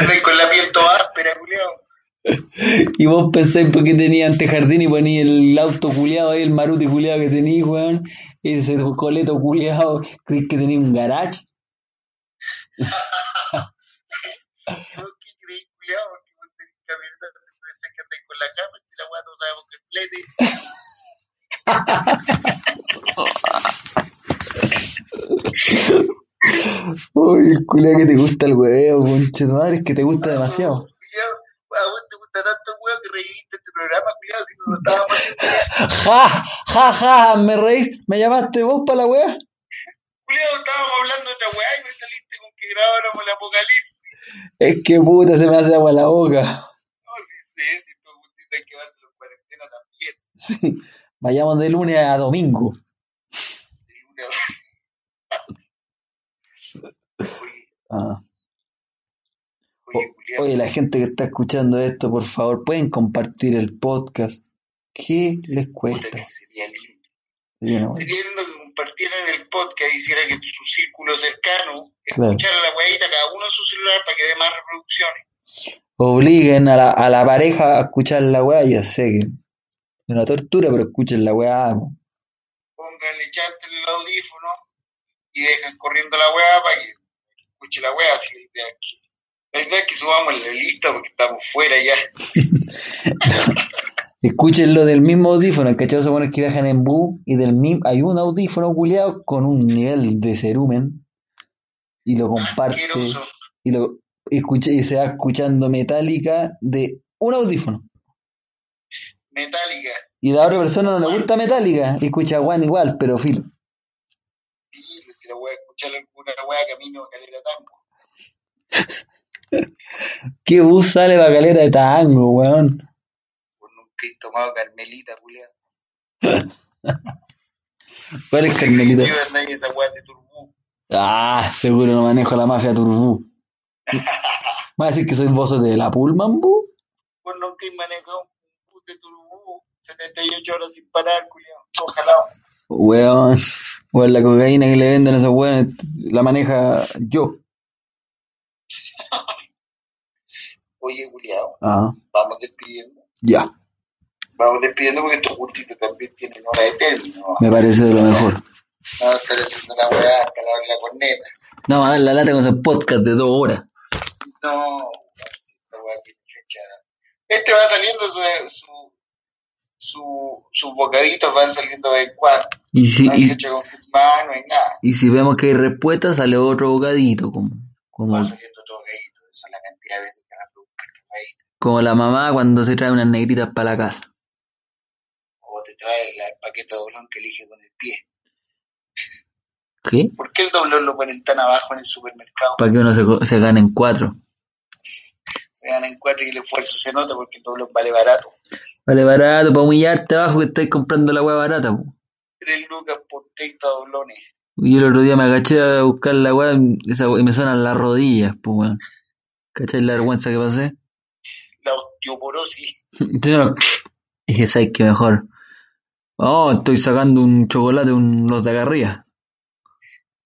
[SPEAKER 2] Andáis con la piel toda áspera, culiao.
[SPEAKER 1] Y vos pensás por qué tenía antejardín y poní el auto culiado ahí, el maruti culiado que tenís, weón, ese coleto culiado, creí que tenía un garage.
[SPEAKER 2] Y vos qué creéis, culiao, porque vos tenés camioneta, te pensás que andáis con la cama, si la hueá no sabemos que es flete.
[SPEAKER 1] Uy, el culiado que te gusta el hueveo, conche tu madre, es que te gusta demasiado.
[SPEAKER 2] Culiao, a vos te gusta tanto el huevo que reviviste este programa, culiao, si no lo estábamos haciendo.
[SPEAKER 1] Ja, ja, ja, me reí, me llamaste vos para la weá.
[SPEAKER 2] Culiao, estábamos hablando de otra hueá y me saliste con que grabáramos el apocalipsis.
[SPEAKER 1] Es que puta, se me hace agua la boca.
[SPEAKER 2] No, sí sé, si tu gustito hay que darse en cuarentena también.
[SPEAKER 1] Sí, vayamos de lunes a domingo.
[SPEAKER 2] de lunes a- Oye,
[SPEAKER 1] Ah.
[SPEAKER 2] oye, Julián,
[SPEAKER 1] Oye, la gente que está escuchando esto, por favor, pueden compartir el podcast. ¿Qué les
[SPEAKER 2] puta
[SPEAKER 1] cuesta?
[SPEAKER 2] que sería lindo.
[SPEAKER 1] Sí, una weá.
[SPEAKER 2] Sería lindo que compartieran el podcast, hiciera que su círculo cercano
[SPEAKER 1] Claro.
[SPEAKER 2] escuchara la huevita cada uno en su celular para que dé más reproducciones.
[SPEAKER 1] obliguen a la, a la pareja a escuchar la weá, ya sé que es una tortura, pero escuchen la weá. po.
[SPEAKER 2] Pónganle chat en el audífono y dejan corriendo la hueá para que escuche la hueá. Así la idea es que, la idea es que subamos la lista porque estamos fuera ya.
[SPEAKER 1] Escúchenlo del mismo audífono, ¿cachai? Se ponen que viajan en bus y del mismo, hay un audífono culiado con un nivel de cerumen y lo comparte
[SPEAKER 2] Ah, Asqueroso.
[SPEAKER 1] y lo escucha y se va escuchando metálica de un audífono.
[SPEAKER 2] Metálica.
[SPEAKER 1] Y la otra persona no le gusta metálica, escucha Juan igual, pero filo.
[SPEAKER 2] Sí, si la voy a escuchar alguna weá camino a Calera Tango.
[SPEAKER 1] ¿Qué bus sale para calera de tango, weón?
[SPEAKER 2] Por Pues nunca he tomado Carmelita, culiao.
[SPEAKER 1] ¿Cuál es Carmelita?
[SPEAKER 2] Yo andaba en esa weá de Turbú.
[SPEAKER 1] Ah, seguro no manejo la mafia turbú. ¿Me vas a decir que soy vos de la Pullman, bu?
[SPEAKER 2] Pues nunca he manejado un bus de turbú. 78 horas sin parar, culiao. Ojalá.
[SPEAKER 1] Weón, weón, la cocaína que le venden a esos weones la maneja yo.
[SPEAKER 2] Oye, culiao,
[SPEAKER 1] Ah,
[SPEAKER 2] vamos despidiendo.
[SPEAKER 1] ya,
[SPEAKER 2] Vamos despidiendo porque estos gustitos también tienen hora de término. ¿no?
[SPEAKER 1] me parece de lo mejor.
[SPEAKER 2] No, estar haciendo la weá hasta la hora de la corneta.
[SPEAKER 1] No, a dar la lata con ese podcast de dos horas.
[SPEAKER 2] No, weón, si esta weá tiene fecha. Este va saliendo su, su, su- sus bocaditos van saliendo de vez en cuando.
[SPEAKER 1] Y si,
[SPEAKER 2] no hay
[SPEAKER 1] y,
[SPEAKER 2] fecha confirmada, no hay nada.
[SPEAKER 1] y si vemos que hay respuesta, sale otro bocadito, como, como,
[SPEAKER 2] Va saliendo todo gallito, esa es la cantidad de veces que reproduzca este país.
[SPEAKER 1] como la mamá cuando se trae unas negritas para la casa.
[SPEAKER 2] O te trae la- el paquete de doblón que elige con el pie.
[SPEAKER 1] ¿Qué?
[SPEAKER 2] ¿Por qué el doblón lo ponen tan abajo en el supermercado?
[SPEAKER 1] Para que uno se, co- se gane en cuatro.
[SPEAKER 2] Se ganan cuatro y el esfuerzo se nota porque el doblón vale barato.
[SPEAKER 1] Vale, barato, para humillarte abajo que estáis comprando la hueá barata, po.
[SPEAKER 2] Tres lucas por 30 doblones.
[SPEAKER 1] Y el otro día me agaché a buscar la weá esa weá, y me suenan las rodillas, pues weón. ¿Cachai la vergüenza que pasé?
[SPEAKER 2] La osteoporosis.
[SPEAKER 1] Entonces, no, dije, ¿sabes qué mejor? Oh, estoy sacando un chocolate, un, los de agarría.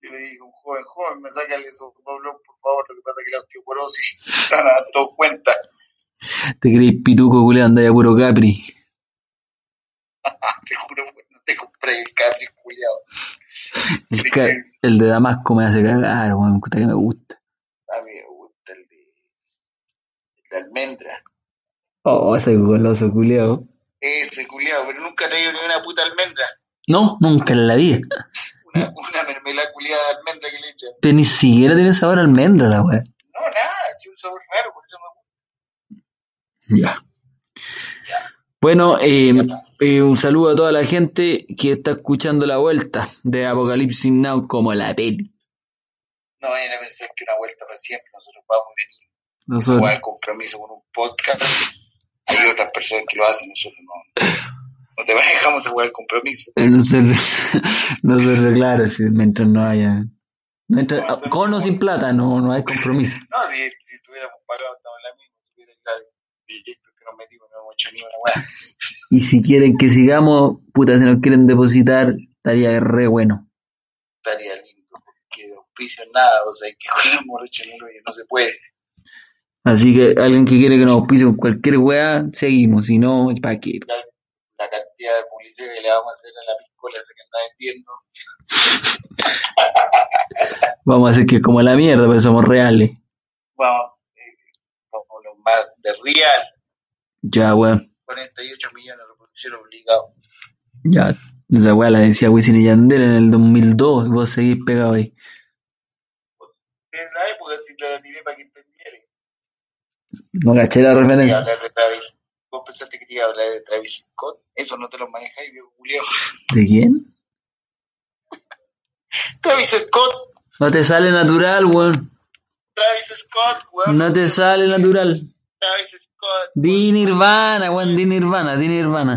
[SPEAKER 2] Yo le dije, un joven, joven, me saca esos doblones, por favor. Lo que pasa es que la osteoporosis se han dado cuenta.
[SPEAKER 1] Te creí pituco, culé, andá a puro Capri.
[SPEAKER 2] Te juro, weón, no te compré el carril, culiado.
[SPEAKER 1] El, ca- el de Damasco me hace cagar, weón, puta que me gusta.
[SPEAKER 2] A mí me gusta el de, el de almendra.
[SPEAKER 1] Oh, ese goloso, culiao.
[SPEAKER 2] Ese culiado, pero nunca he traído ni una puta almendra.
[SPEAKER 1] No, nunca en la vida.
[SPEAKER 2] Una, una mermelada culiada de almendra que le echan.
[SPEAKER 1] Pero ni siquiera tiene sabor a almendra la weá.
[SPEAKER 2] No, nada, sí, un sabor raro, por eso me gusta.
[SPEAKER 1] Ya. Bueno, eh, eh, un saludo a toda la gente que está escuchando la vuelta de Apocalipsis Now como la peli.
[SPEAKER 2] No vayan a pensar que una vuelta para siempre, nosotros vamos a venir.
[SPEAKER 1] Nosotros-
[SPEAKER 2] Igual compromiso con un podcast. Hay otras personas que lo hacen, nosotros no. No te manejamos a jugar el compromiso.
[SPEAKER 1] eh, nosotros- nosotros, claro, si- mientras no haya... mientras- ah, con o sin plata, no, no hay compromiso.
[SPEAKER 2] No, si, si estuviéramos pagados, estamos en la misma. Si hubiera el proyecto que nos metimos, no hemos hecho ni una weá.
[SPEAKER 1] Y si quieren que sigamos, puta, si nos quieren depositar, estaría re bueno.
[SPEAKER 2] Estaría lindo, porque de auspicio nada, o sea, hay que jugar el morocho en el hoyo, no se puede.
[SPEAKER 1] Así que alguien que quiere que nos auspicie con cualquier weá, seguimos. Si no, ¿para qué?
[SPEAKER 2] la cantidad de publicidad que le vamos a hacer a la piscola esa que anda vendiendo.
[SPEAKER 1] Vamos a hacer que como la mierda, pero somos reales.
[SPEAKER 2] Vamos, eh, como los más de Real,
[SPEAKER 1] Ya, weón.
[SPEAKER 2] 48 millones de reproducciones obligados.
[SPEAKER 1] Ya, esa weá la decía Wisin y Yandel en el 2002 y vos seguís pegado ahí.
[SPEAKER 2] Es la época, si te la tiré para que entendieran.
[SPEAKER 1] No caché la
[SPEAKER 2] Y
[SPEAKER 1] referencia.
[SPEAKER 2] hablar de Travis. ¿Vos pensaste que te iba a hablar de Travis Scott? Eso no te lo manejáis, viejo Julio.
[SPEAKER 1] ¿De quién?
[SPEAKER 2] Travis Scott,
[SPEAKER 1] No te sale natural, weón.
[SPEAKER 2] Travis Scott, weón.
[SPEAKER 1] No te sale natural.
[SPEAKER 2] Travis Scott,
[SPEAKER 1] Di Nirvana, weón, di Nirvana, di Nirvana.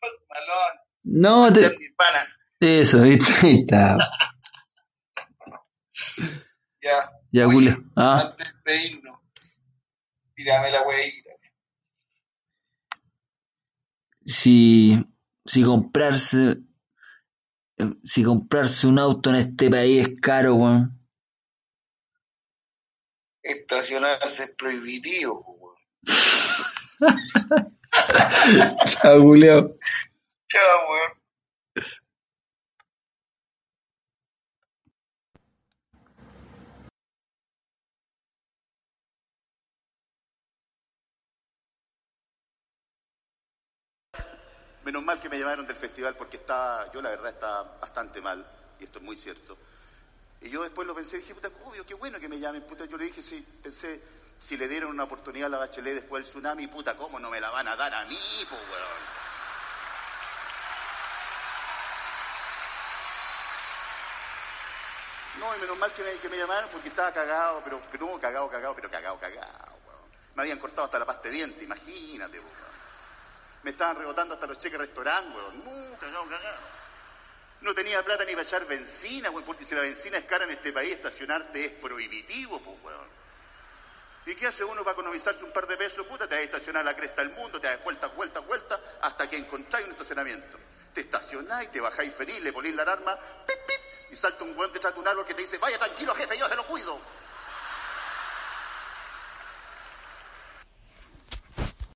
[SPEAKER 2] Post Malone,
[SPEAKER 1] No te...
[SPEAKER 2] Jack Nirvana.
[SPEAKER 1] Eso, viste, ahí está.
[SPEAKER 2] Ya,
[SPEAKER 1] Ya,
[SPEAKER 2] Oye,
[SPEAKER 1] culo. Ah,
[SPEAKER 2] antes de pedirnos, tirame la weita.
[SPEAKER 1] si, si comprarse... eh, Si comprarse un auto en este país es caro, weón.
[SPEAKER 2] Estacionarse es prohibitivo, weón.
[SPEAKER 1] Chao, culiao.
[SPEAKER 2] Chao, weón.
[SPEAKER 3] Menos mal que me llamaron del festival porque estaba, yo la verdad estaba bastante mal, y esto es muy cierto. Y yo después lo pensé, dije, puta, obvio, qué bueno que me llamen, puta. Yo le dije, sí, pensé, si le dieron una oportunidad a la Bachelet después del tsunami, puta, ¿cómo no me la van a dar a mí, po, weón? No, y menos mal que me, que me llamaron porque estaba cagado, pero que no, cagado, cagado, pero cagado, cagado, weón. Me habían cortado hasta la pasta de diente, imagínate, po, weón. Me estaban rebotando hasta los cheques de restaurante, weón. No, cagado, cagado. No tenía plata ni para echar benzina, weón, porque si la benzina es cara en este país, estacionarte es prohibitivo, pues, weón. ¿Y qué hace uno para economizarse un par de pesos? Puta, te vas a estacionar a la cresta del mundo, te das vuelta, vuelta, vuelta, hasta que encontráis un estacionamiento. Te estacionáis, te bajáis feliz, le ponéis la alarma, pip, pip, y salta un weón detrás de un árbol que te dice, vaya tranquilo, jefe, yo se lo cuido.